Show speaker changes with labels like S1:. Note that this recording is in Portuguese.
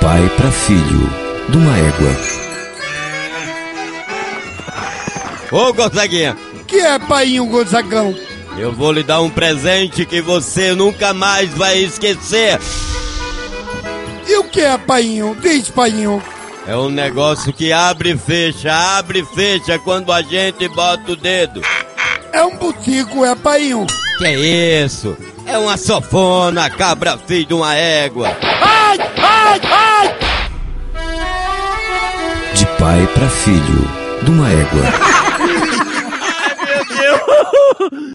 S1: pai para filho, de uma égua.
S2: Ô Gonzaguinha,
S3: que é, painho Gonzagão?
S2: eu vou lhe dar um presente que você nunca mais vai esquecer.
S3: E o que é, painho? Diz, painho.
S2: É um negócio que abre e fecha, abre e fecha quando a gente bota o dedo.
S3: É um butico, é, painho.
S2: Que é isso? É uma sofona, cabra filho de uma égua.
S3: Ai, ai, ai!
S1: De pai para filho, de uma égua.